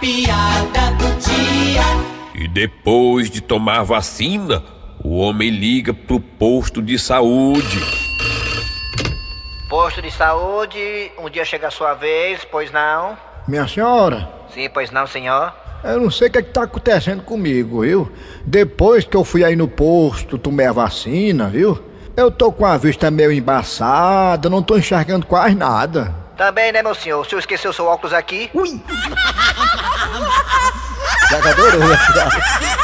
piada do dia. E depois de tomar vacina, o homem liga pro posto de saúde. Posto de saúde, um dia chega a sua vez, pois não? Minha senhora, Sim, pois não, senhor? eu não sei o que, é que tá acontecendo comigo, viu? Depois que eu fui aí no posto, tomei a vacina, viu? Eu tô com a vista meio embaçada, não tô enxergando quase nada. Também, né, meu senhor? O senhor esqueceu seu óculos aqui? Jogador, eu ia tirar.